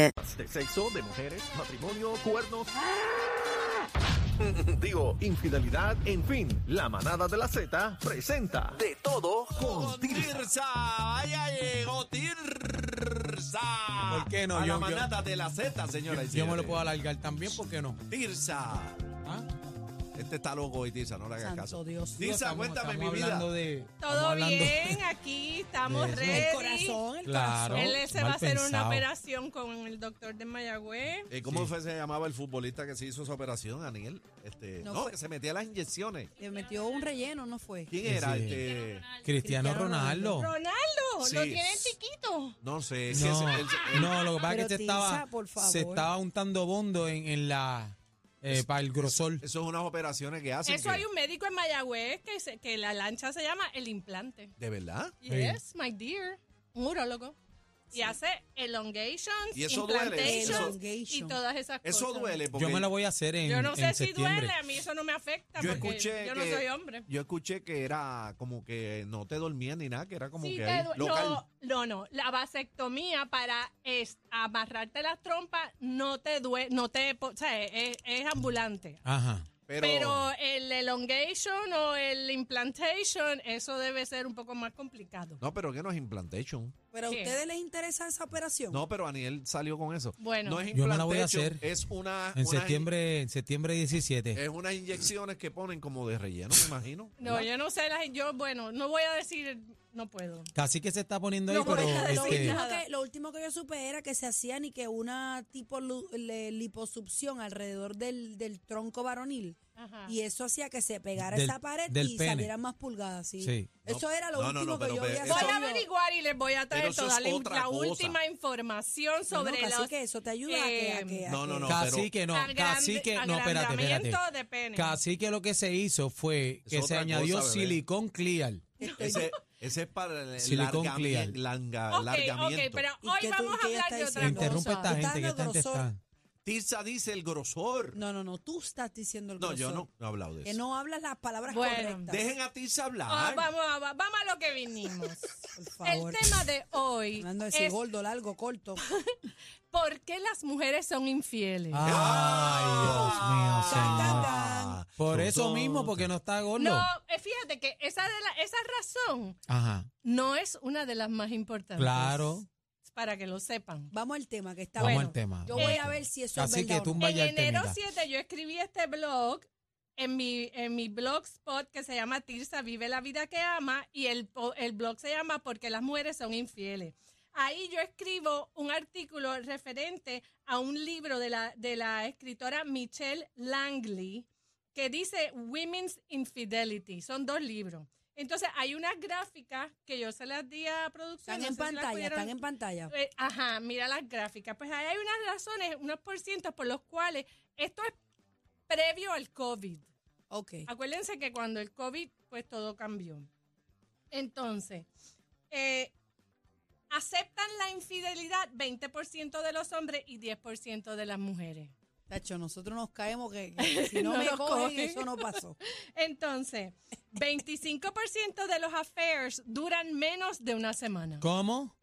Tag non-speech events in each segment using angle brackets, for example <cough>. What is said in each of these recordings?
de sexo, de mujeres, matrimonio, cuernos. <laughs> Digo, infidelidad, en fin, la manada de la Z presenta De todo con Tirsa. Tirsa, vaya llegó Tirsa. ¿Por qué no? A Yo- la yo- manada de la Z, señora. Yo me lo puedo alargar también, ¿por qué no? Tirsa. ¿Ah? Este está loco hoy, Tirsa, no le hagas Santo caso. Dios. Tirsa, Estamos- cuéntame estamos mi vida. hablando de- estamos Todo hablando- bien, aquí estamos Eso. ready. El corazón, el Claro. Él se mal va a hacer una pensado. operación con el doctor de Mayagüez. Eh, ¿Cómo Sí. fue, se llamaba el futbolista que se hizo esa operación, Daniel? Este, no, No fue- que se metía las inyecciones. Le metió un relleno, ¿no fue? ¿Quién Sí, era? sí. Este, Cristiano Cristiano Ronaldo. Ronaldo, Sí. lo tienen chiquito. no sé. si No, ese- él- él- no, lo que pasa es Pero que se Tirsa, estaba, por favor. se estaba untando bondo en, en la eh, para el grosor. Eso es unas operaciones que hacen. Eso que- hay un médico en Mayagüez que, se- que la lancha se llama el implante. ¿De verdad? Sí. Yes, my dear. Un urólogo. Y hace elongations, Y eso duele, implantations y eso- todas esas cosas. Eso duele porque Yo me la voy a hacer en, Yo no sé en si septiembre. duele, a mí eso no me afecta yo porque escuché yo no que- soy hombre. Yo escuché que era como que no te dormía ni nada, que era como Sí, que te ahí, due- local. no, no, no. La vasectomía para es- amarrarte las trompas no te due, no te, po- o sea, es, es ambulante. Ajá. Pero, el elongation o el implantation, eso debe ser un poco más complicado. No, pero que no es implantation. ¿Pero a ¿Qué? ustedes les interesa esa operación? No, pero Aniel salió con eso. Bueno. no es Yo me la voy a implantation, hacer. Es una. En una- septiembre, en septiembre 17. Es unas inyecciones que ponen como de relleno, me imagino. <laughs> No, ¿verdad? yo no sé, las- yo, bueno, no voy a decir, no puedo. Casi que se está poniendo ahí, No, pero voy a <laughs> decir lo, este, último nada. que, lo último que yo supe era que se hacía ni que una tipo lu- le- liposucción alrededor del, del tronco varonil. Ajá. Y eso hacía que se pegara Del- esa pared del y pene. salieran más pulgadas, ¿sí? Sí. Eso No, era lo no, no, último no, pero que yo había eso- Voy a Eso- averiguar y les voy a Pero traer eso toda es la, in- otra la cosa. última información sobre sobre los que eso te ayuda a que- a que... a No, no, que- no. casi pero- que no, agrand- casi que no, espérate, espérate. agrandamiento de pene. Casi que lo que se hizo fue que Es se otra añadió cosa, bebé. silicón clear. Ese, ese es para el Silicón largami- clear. larga- Ok, largamiento. ok, pero ¿Y hoy qué tú- vamos a qué ella hablar está de otra diciendo? cosa. Interrumpe esta Tú estás gente que está dando grosor. intentando. Tirsa dice el grosor. No, No, no, no, tú estás diciendo el grosor. yo no, no he hablado de Que eso. no hablas las palabras Bueno. correctas. Dejen a Tirsa Ah, hablar. vamos, a- va- vamos a lo que vinimos. Por favor. El tema de hoy Hablando de si es gordo, largo, corto. por qué las mujeres son infieles. Ah, Ay, Dios mío, señor. Ah. Por eso mismo, porque no está gordo. no, eh, fíjate que esa, de la- esa razón Ajá, no es una de las más importantes. claro. Para que lo sepan. Vamos al tema que está Vamos bueno. al tema. Yo vamos voy al a ver tema. si eso Así es verdad que o tú no. vaya en enero 7 yo escribí este blog en mi, en mi blogspot que se llama Tirsa Vive la Vida que Ama y el, po- el blog se llama Porque las mujeres son infieles. Ahí yo escribo un artículo referente a un libro de la, de la escritora Michelle Langley que dice Women's Infidelity. Son dos libros. Entonces hay unas gráficas que yo se las di a producción. Están no sé en si las pantalla, pudieron- están en pantalla. eh, ajá, mira las gráficas. Pues ahí hay unas razones, unos por cientos por los cuales esto es previo al COVID. Ok. Acuérdense que cuando el COVID, pues todo cambió. Entonces, eh, aceptan la infidelidad 20% de los hombres y 10% de las mujeres. Tacho, nosotros nos caemos <laughs> que, que si no, No me nos cogen, cogen. eso no <laughs> pasó. Entonces, 25% de los affairs duran menos de una semana. ¿Cómo?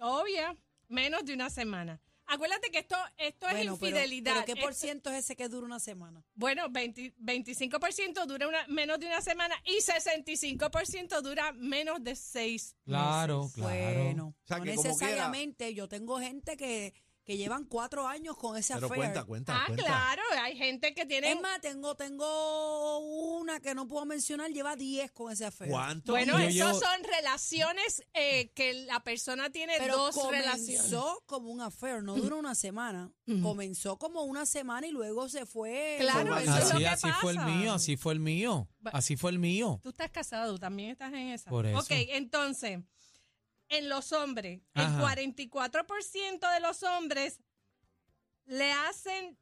Obvio, menos de una semana. Acuérdate que esto, esto es Bueno, pero- infidelidad. Pero, ¿qué por Esto- ciento es ese que dura una semana? Bueno, 20 25% dura una, menos de una semana y 65% dura menos de seis Claro, claro. Bueno, Oh, sea, no que como quiera- necesariamente. Yo tengo gente que, que llevan cuatro años con ese Pero affair. cuenta, cuenta, Ah, cuenta. claro, hay gente que tiene... Es más, tengo, tengo una que no puedo mencionar, lleva 10 con ese affair. ¿Cuánto? Bueno, Yo eso llevo- son relaciones eh, que la persona tiene Pero dos relaciones. comenzó como un affair, no duró una semana. Ujú. Comenzó como una semana y luego se fue. Claro, formando. eso es lo Así, que así fue el pasa. mío, así fue el mío. Ba- Así fue el mío. Tú estás casado, tú también estás en esa. Por eso. Ok, entonces, en los hombres, Ajá. el 44% de los hombres le hacen,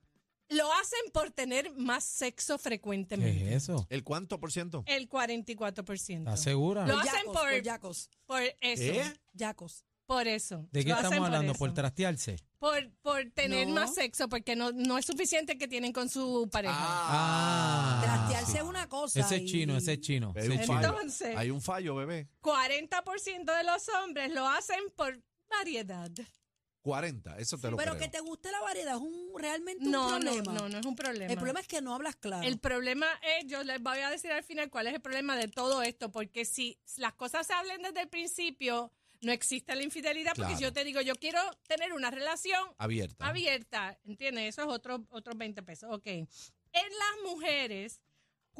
lo hacen por tener más sexo ¿Qué frecuentemente. es eso? ¿El cuánto por ciento? El 44%. ¿Estás segura? Lo Por hacen yacos, por- por yacos, Por eso. ¿Eh? yacos. Por eso. ¿De qué Lo hacen estamos por hablando? eso. ¿Por trastearse? Por, por tener No. más sexo, porque no, no es suficiente que tienen con su pareja. Ah. Trastearse sí. es una cosa. Ese es y- chino, ese es chino. Hay ese un es chino. fallo. Entonces, Hay un fallo, bebé. 40% de los hombres lo hacen por variedad. 40, eso te lo Pero creo. que te guste la variedad es un, realmente un No, no, problema. no, no es un problema. El problema es que no hablas claro. El problema es, yo les voy a decir al final cuál es el problema de todo esto, porque si las cosas se hablan desde el principio, no existe la infidelidad, porque Claro. si yo te digo, yo quiero tener una relación Abierta. abierta, ¿entiendes? Eso es otro, otros 20 pesos. Ok. En las mujeres,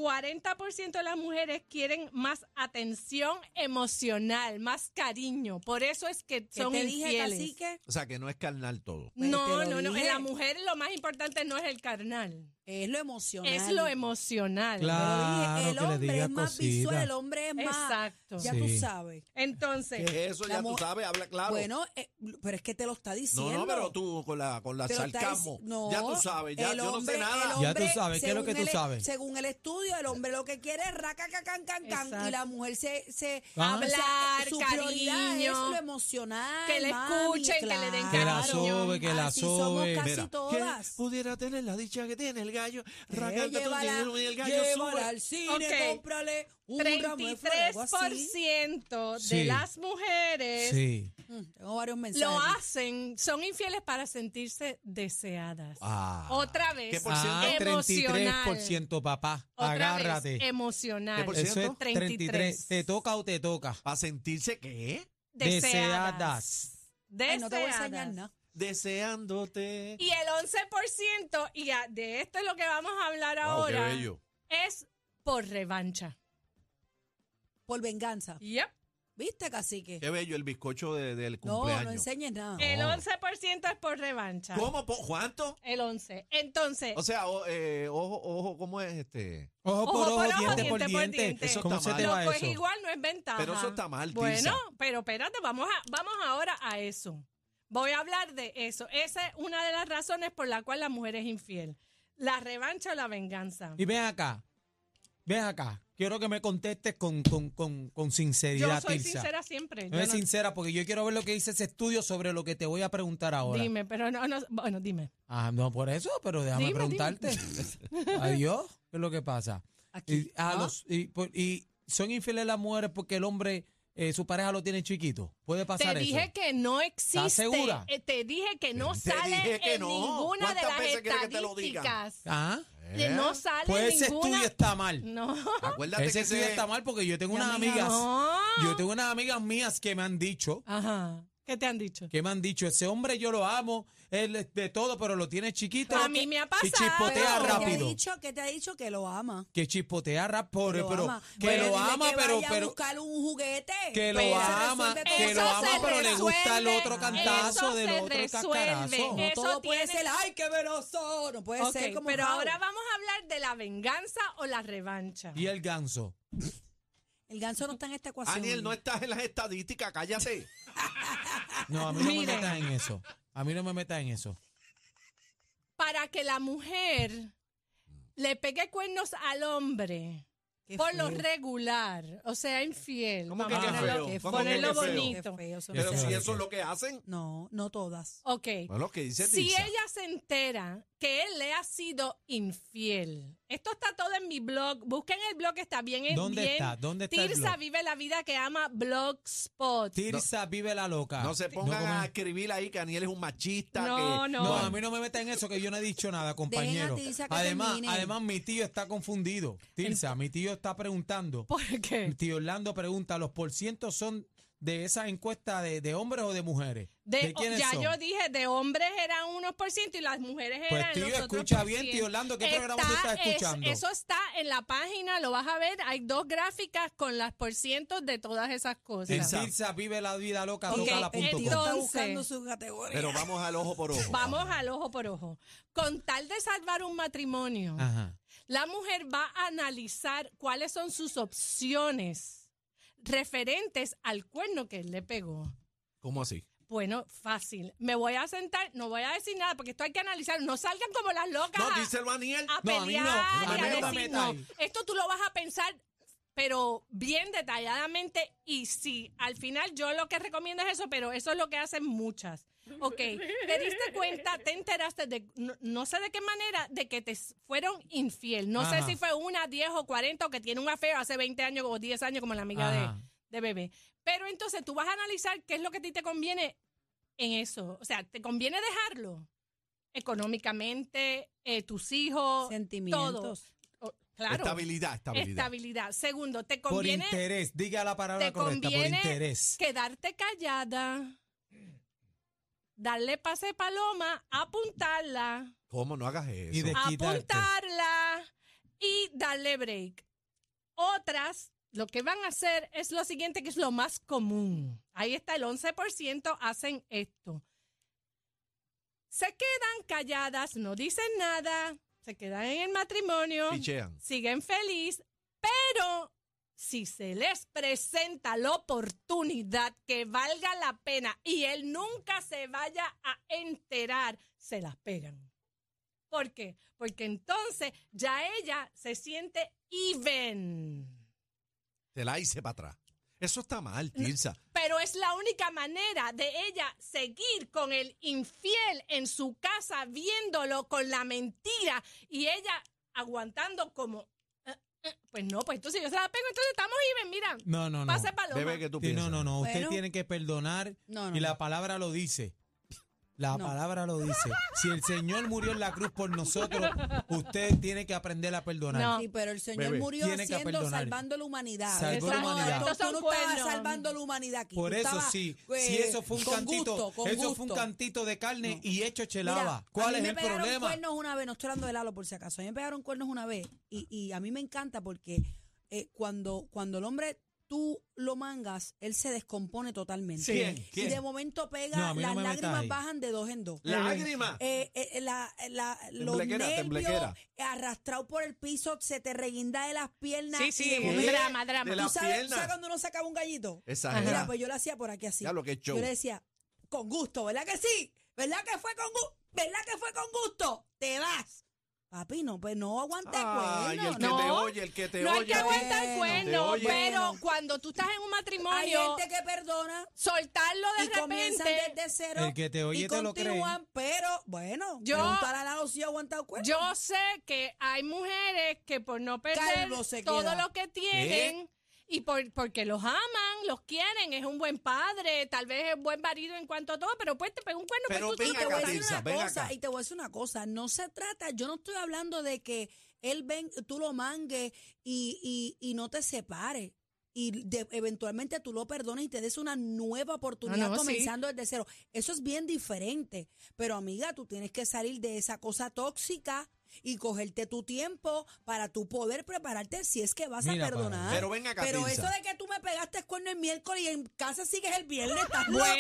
40% de las mujeres quieren más atención emocional, más cariño. Por eso es que que son te dije, infieles. cacique, O sea, que no es carnal todo. Pues, te No, lo no, no. En dije. la mujer lo más importante no es el carnal, es lo emocional. es lo emocional. Te lo dije, Claro, el que le hombre diga es más cosita. visual, el hombre es más. Exacto. Ya Sí. tú sabes. ¿Qué Entonces, es eso? La Ya tú mujer- sabes, habla claro. Bueno, eh, pero es que te lo está diciendo. no, no, pero tú con la, con la Te lo está sarcasmo. dic- no, ya tú sabes, ya el yo no hombre- sé nada. el Ya tú hombre, sabes, ¿qué es lo que según tú el- sabes? Según el estudio, el hombre lo que quiere es raca, ca, can, can, can, y la Exacto. mujer se... se Ah. Hablar, su prioridad es cariño. lo emocional. Que la mami, escuchen, que le den claro. Que la Claro. sube, que la Así somos sube. casi Mira, todas. que pudiera tener la dicha que tiene el gallo. Eh, Racanta tu dinero y el gallo llévala sube. al cine, Ok. cómprale un ramo de flores, algo así. 33% de Sí. las mujeres Sí. Mm, Tengo varios mensajes. lo hacen, son infieles para sentirse deseadas. Ah. Otra vez. ¿Qué por ciento? Ah, Emocional. 33%, papá. Otra Agárrate. vez, em- emocional. ¿Qué por Eso es 33. 33. ¿Te toca o te toca? ¿Para sentirse qué? Deseadas. Ay, no te voy a Deseadas. enseñar nada. Deseándote. Y el 11%, y a- de esto es lo que vamos a hablar Wow, qué ahora, bello. es por revancha. Por venganza. Yep. ¿Viste, cacique? Qué bello el bizcocho de- del No, no cumpleaños. enseñes nada. El 11% es por revancha. ¿Cómo? po- ¿Cuánto? El 11. Entonces, O sea, o- eh, ojo, ojo, ¿cómo es este? Ojo, por ojo, diente, por diente. Eso ¿Cómo está se te mal. va loco es eso? igual, no es ventaja. Pero eso está mal, Bueno, Tirsa. pero espérate, vamos, a, vamos ahora a eso. Voy a hablar de eso. Esa es una de las razones por la cual la mujer es infiel. La revancha o la venganza. Y ven acá. Ven acá. Quiero que me contestes con, con, con, con sinceridad, Yo soy Tirsa. sincera siempre. No Yo es no- sincera porque yo quiero ver lo que dice ese estudio sobre lo que te voy a preguntar ahora. Dime, pero no, no, bueno, dime. Ah, no por eso, pero déjame Dime, <laughs> preguntarte. Adiós, ¿qué es lo que pasa? Aquí. Y, ah, ¿no? los- y, por- y son infieles las mujeres porque el hombre, eh, su pareja lo tiene chiquito. Puede Te pasar eso. dije que no existe. segura? Eh, Te dije que <laughs> no Te sale dije que en no. ninguna de ¿Cuántas las veces quieres que te lo diga? estadísticas. Ah, De- No sale pues ese ninguna. estudio está mal. No. Acuérdate Ese que estudio ese- está mal porque yo tengo unas Mm. amiga, amigas. No. Yo tengo unas amigas mías que me han dicho. Ajá. ¿Qué te han dicho? que me han dicho, ese hombre yo lo amo, él es de todo, pero lo tiene chiquito. A mí me ha pasado. Que chispotea Pero Pero Que te, ha rápido. dicho, que te ha dicho que lo ama. Que chispotea rápido, que lo pero ama. que Bueno, lo dile ama, que pero, vaya a pero buscar un juguete. que lo Pero se ama, resuelve todo. que lo Eso ama, se pero le gusta el resuelve, otro cantazo eso del se otro resuelve. Eh, cascarazo. No Eso todo puede tiene- ser, ay, qué veloso. No puede Ok, ser como pero Raúl. ahora vamos a hablar de la venganza o la revancha. Y el ganso. El ganso no está en esta ecuación. Aniel, no estás en las estadísticas, cállate. No, a mí no me Mire. metas en eso. A mí no me metas en eso. Para que la mujer le pegue cuernos al hombre Qué por feo. lo regular, o sea, infiel. ¿Cómo que Vamos qué a ponerlo- feo? ¿Cómo que ponerlo qué feo? bonito. Qué feo, eso no Pero se si hace. eso es lo que hacen. No, no todas. Ok. Bueno, que dice Si Tirsa. ella se entera que él le ha sido infiel, esto está todo en mi blog. Busquen el blog, está bien. es ¿Dónde bien. está? ¿Dónde está el Tirsa blog? vive la vida que ama Blogspot. Tirsa vive la loca. No se pongan comen- a escribir ahí que Aniel es un machista. No, que- no. No, Bueno. a mí no me metas en eso que yo no he dicho nada, compañero. Tirsa que Además, termine. además mi tío está confundido. Tirsa, mi tío está preguntando. ¿Por qué? <laughs> Tío Orlando pregunta, ¿los porcientos son de esa encuesta de, de hombres o de mujeres? De- ¿De quiénes ya son? yo dije, de hombres eran unos por ciento y las mujeres Pues eran tío, los otros escucha por bien, ciento. tío Orlando, ¿qué programa tú Está- estás es- escuchando? eso está en la página, lo vas a ver. Hay dos gráficas con las por cientos de todas esas En cosas. Tirsa vive la vida loca, Ok, tócala El punto tío com. está Entonces- buscando su categoría. Pero vamos al ojo por ojo. Vamos al ojo por ojo. Con tal de salvar un matrimonio, Ajá. la mujer va a analizar cuáles son sus opciones referentes al cuerno que él le pegó. ¿Cómo así? Bueno, fácil. Me voy a sentar, no voy a decir nada porque esto hay que analizar. No salgan como las locas. No, a- díselo a Aniel. a No, a mí pelear no. A mí y no a me decir, meta no, ahí. esto tú lo vas a pensar, pero bien detalladamente y sí, al final yo lo que recomiendo es eso, pero eso es lo que hacen muchas. Ok, te diste cuenta, te enteraste de, no, no sé de qué manera, de que te s- fueron infiel. No Ajá. sé si fue una, 10 o 40 o que tiene un afeo hace 20 años o 10 años como la amiga de, Ajá. de bebé. Pero entonces tú vas a analizar qué es lo que a ti te conviene en eso. O sea, ¿te conviene dejarlo? Económicamente, eh, tus hijos, todo. Sentimientos. O- claro. Estabilidad, estabilidad. Estabilidad. Segundo, ¿te Por conviene interés, diga la palabra te correcta, por conviene interés. quedarte callada? Darle pase paloma, apuntarla, ¿Cómo no hagas eso? Y de- Quitarte. apuntarla y darle break. Otras, lo que van a hacer es lo siguiente, que es lo más común. Ahí está, el 11% hacen esto. Se quedan calladas, no dicen nada, se quedan en el matrimonio. Pichean. siguen feliz, pero si se les presenta la oportunidad que valga la pena y él nunca se vaya a enterar, se las pegan. ¿Por qué? Porque entonces ya ella se siente even. Te la hice para atrás. Eso está mal, Tirsa. Pero es la única manera de ella seguir con el infiel en su casa, viéndolo con la mentira y ella aguantando como... "Eh, eh". Pues no, pues entonces yo se la pego, entonces estamos even, mira. No, no, no. Pase paloma. Bebé, que tú Sí, piensas. no, no, no. Usted Bueno. tiene que perdonar No, no, y la no. palabra lo dice. La No. palabra lo dice. Si el Señor murió en la cruz por nosotros, usted tiene que aprender a perdonar. No. Sí, pero el Señor Bebé. murió Tiene que haciendo, perdonar. salvando la humanidad. Salvó la Eso no- humanidad. Tú, Estos no son estabas cuernos. salvando la humanidad aquí. Por tú eso estabas, sí, eh, si eso fue un con cantito, gusto, con eso fue un gusto. cantito de carne y hecho chelaba. Mira, ¿Cuál a mí es me el pegaron problema? cuernos una vez, no estoy hablando de Lalo por si acaso. A mí me pegaron cuernos una vez y, y a mí me encanta porque eh, cuando, cuando el hombre tú lo mangas, él se descompone totalmente. Sí. ¿Quién? Y de ¿Quién? momento pega, No, a mí no las me metas lágrimas ahí. bajan de dos en dos. Lágrima. Eh, eh, la, la, los Temblequera, nervios temblequera. arrastrado por el piso, se te reguinda de las piernas. Sí, sí, y de un momento- drama, drama. De ¿Tú las sabes, piernas. ¿sabes cuando uno sacaba un gallito? Exagerada. Mira, pues yo lo hacía por aquí así. Ya lo que es show. Yo le decía, con gusto, ¿verdad que sí? ¿Verdad que fue con gusto? ¿Verdad que fue con gusto? Te vas. Papi, no, pues no aguanté Ay, cuerno, el que no. te oye, el que te No oye. hay que aguantar el cuerno, Te oye. pero Bueno. cuando tú estás en un Hay matrimonio, gente que perdona soltarlo de y comienzan repente. desde cero. El que te oye y te lo cree. continúan, pero bueno, Yo- yo, pregúntale a Lalo si yo he aguantado cuerno. Yo sé que hay mujeres que por no perder Calvo se todo queda. lo que tienen y por, porque los aman, los quieren, es un buen padre, tal vez es buen marido en cuanto a todo, pero pues te pega un cuerno. Pero pues tú y ven te- te voy a acá, decir Tirsa, una ven cosa, acá. y te voy a decir una cosa, no se trata, yo no estoy hablando de que él ven, tú lo mangues y, y, y no te separe. Y de- eventualmente tú lo perdones y te des una nueva oportunidad Ah, no, sí. comenzando desde cero. Eso es bien diferente. Pero amiga, tú tienes que salir de esa cosa tóxica y cogerte tu tiempo para tú poder prepararte si es que vas Mira, a perdonar. Pero ven acá, Pero Tirsa. eso de que tú me pegaste cuerno el miércoles y en casa sigues el viernes, estás Bueno, loca.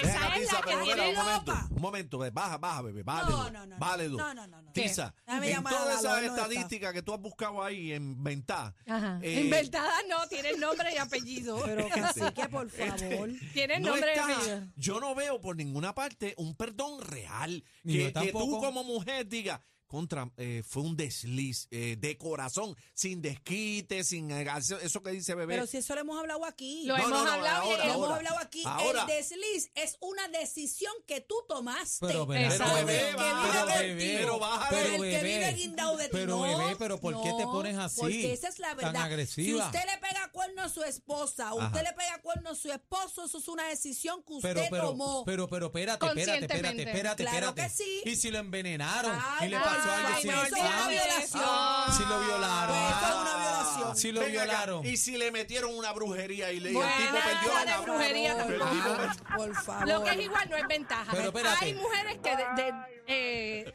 Ven esa acá, es Tirsa, la que pero espera, tiene un momento, lopa. un momento, ve, baja, baja, bebé, vale No, no, no, no. válido. No, no, no, no. Tirsa, ¿Qué? Déjame en llamar a todas Lalo, esas él no está. estadísticas que tú has buscado ahí en ventá, Ajá. eh, <laughs> Inventada no, tiene nombre y apellido. Pero casi que por Este, favor. <laughs> tiene no nombre y está- apellido. yo no veo por ninguna parte un perdón real. Ni Que, yo que tú tampoco. como mujer digas, contra, eh, fue un desliz eh, de corazón, sin desquite, sin eh, eso que dice bebé. Pero si eso lo hemos hablado aquí. Lo No, hemos no, no, hablado ahora, y Lo hemos hemos ahora. hablado aquí. Ahora. El desliz es una decisión que tú tomaste. Pero, Por pero, Pero Exacto. bebé, Que baja, vive pero contigo. bebé, pero baja, Pero el que bebé. vive guindado de ti. Pero no, bebé, pero ¿por qué te no, pones así? Porque esa es la Tan verdad. agresiva. Si usted le pega cuerno a su esposa, Ajá. usted le pega cuerno a su esposo, eso es una decisión que usted Pero, pero, tomó. pero, pero, espérate, espérate, espérate, Conscientemente. espérate, Claro espérate. que sí. Y si lo envenenaron Ay, y le ay, pasó algo ay, sin me olvidé examen. de Pues, eso. si lo violaron. Pues, fue una violación. Sí lo Ven acá, violaron. Y si le metieron una brujería y le y Bueno, el tipo nada perdió la de cabra. brujería Por Pero el tipo favor, perdió- por favor. Lo que es igual no es ventaja. Pero espérate. Hay mujeres que, de, de- eh,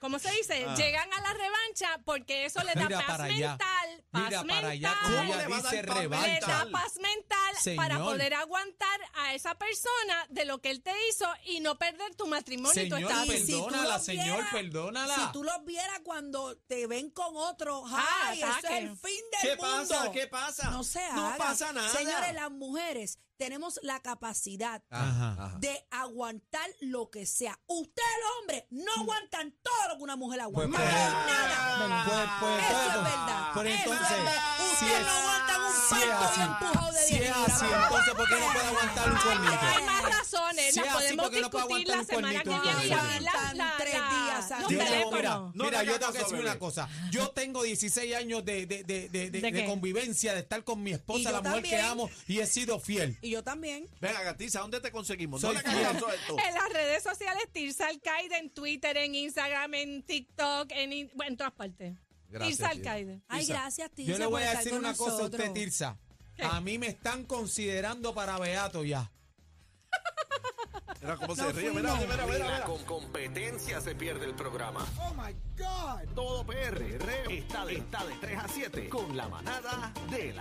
¿cómo se dice? Llegan a la revancha porque eso le da Ah. Mira paz para allá. mental. Paz Mira mental. para allá, ¿Cómo como le ella va a dice, dar paz le mental? revancha. da paz mental Señor. para poder aguantar a esa persona de lo que él te hizo y no perder tu matrimonio y tu Señor, estatus. si tú lo perdónala, señor, vieras- perdónala. Si tú los vieras cuando te ven con otro, Ah, ¡ay! eso es ataque. el fin ¿Qué del mundo. pasa? ¿Qué pasa? No se No haga. pasa nada. Señores, las mujeres tenemos la capacidad Ajá. de aguantar lo que sea. Ustedes, los hombres, no aguantan todo lo que una mujer aguanta. Mm. Pues, no pues, aguantan nada. pues, pues, Eso pues, es verdad. pero Eso es entonces, verdad. si Ustedes es- no aguantan un si es parto así, de empujado de si es 10 así, entonces, ¿por qué no puede aguantar un cuernito? Hay más razones, Sí, las así, podemos porque no puedo discutir la aguantar un semana que cuernito, viene y entonces. abrir la, la- Tres la- días, los No, Yo Santi. tengo, mira, teléfonos. No mira, le yo hagas tengo que caso, decir bebé. una cosa. <laughs> Yo tengo 16 años de, de, de, de, de- ¿De de qué? convivencia, de estar con mi Y esposa, yo la mujer que también. amo, y he sido fiel. Y yo también. Ven acá, Tiza, ¿dónde te conseguimos? Soy no le hagas fiel. caso a esto. En las redes sociales, Tirsa Alcaide, en Twitter, en Instagram, en TikTok, en, in- bueno, en todas partes. Tirsa Tirsa. Alcaide. Ay, Tirsa, gracias, Tirsa. Yo le voy por a estar decir con una cosa a usted, nosotros. Tirsa. A mí me están considerando para Beato ya. Mira cómo se No ríe, mira, fuimos. mira, mira, Ni mira. la con competencia se pierde el programa. Oh my God. Todo PR está de, está de 3 a 7 con la manada de la.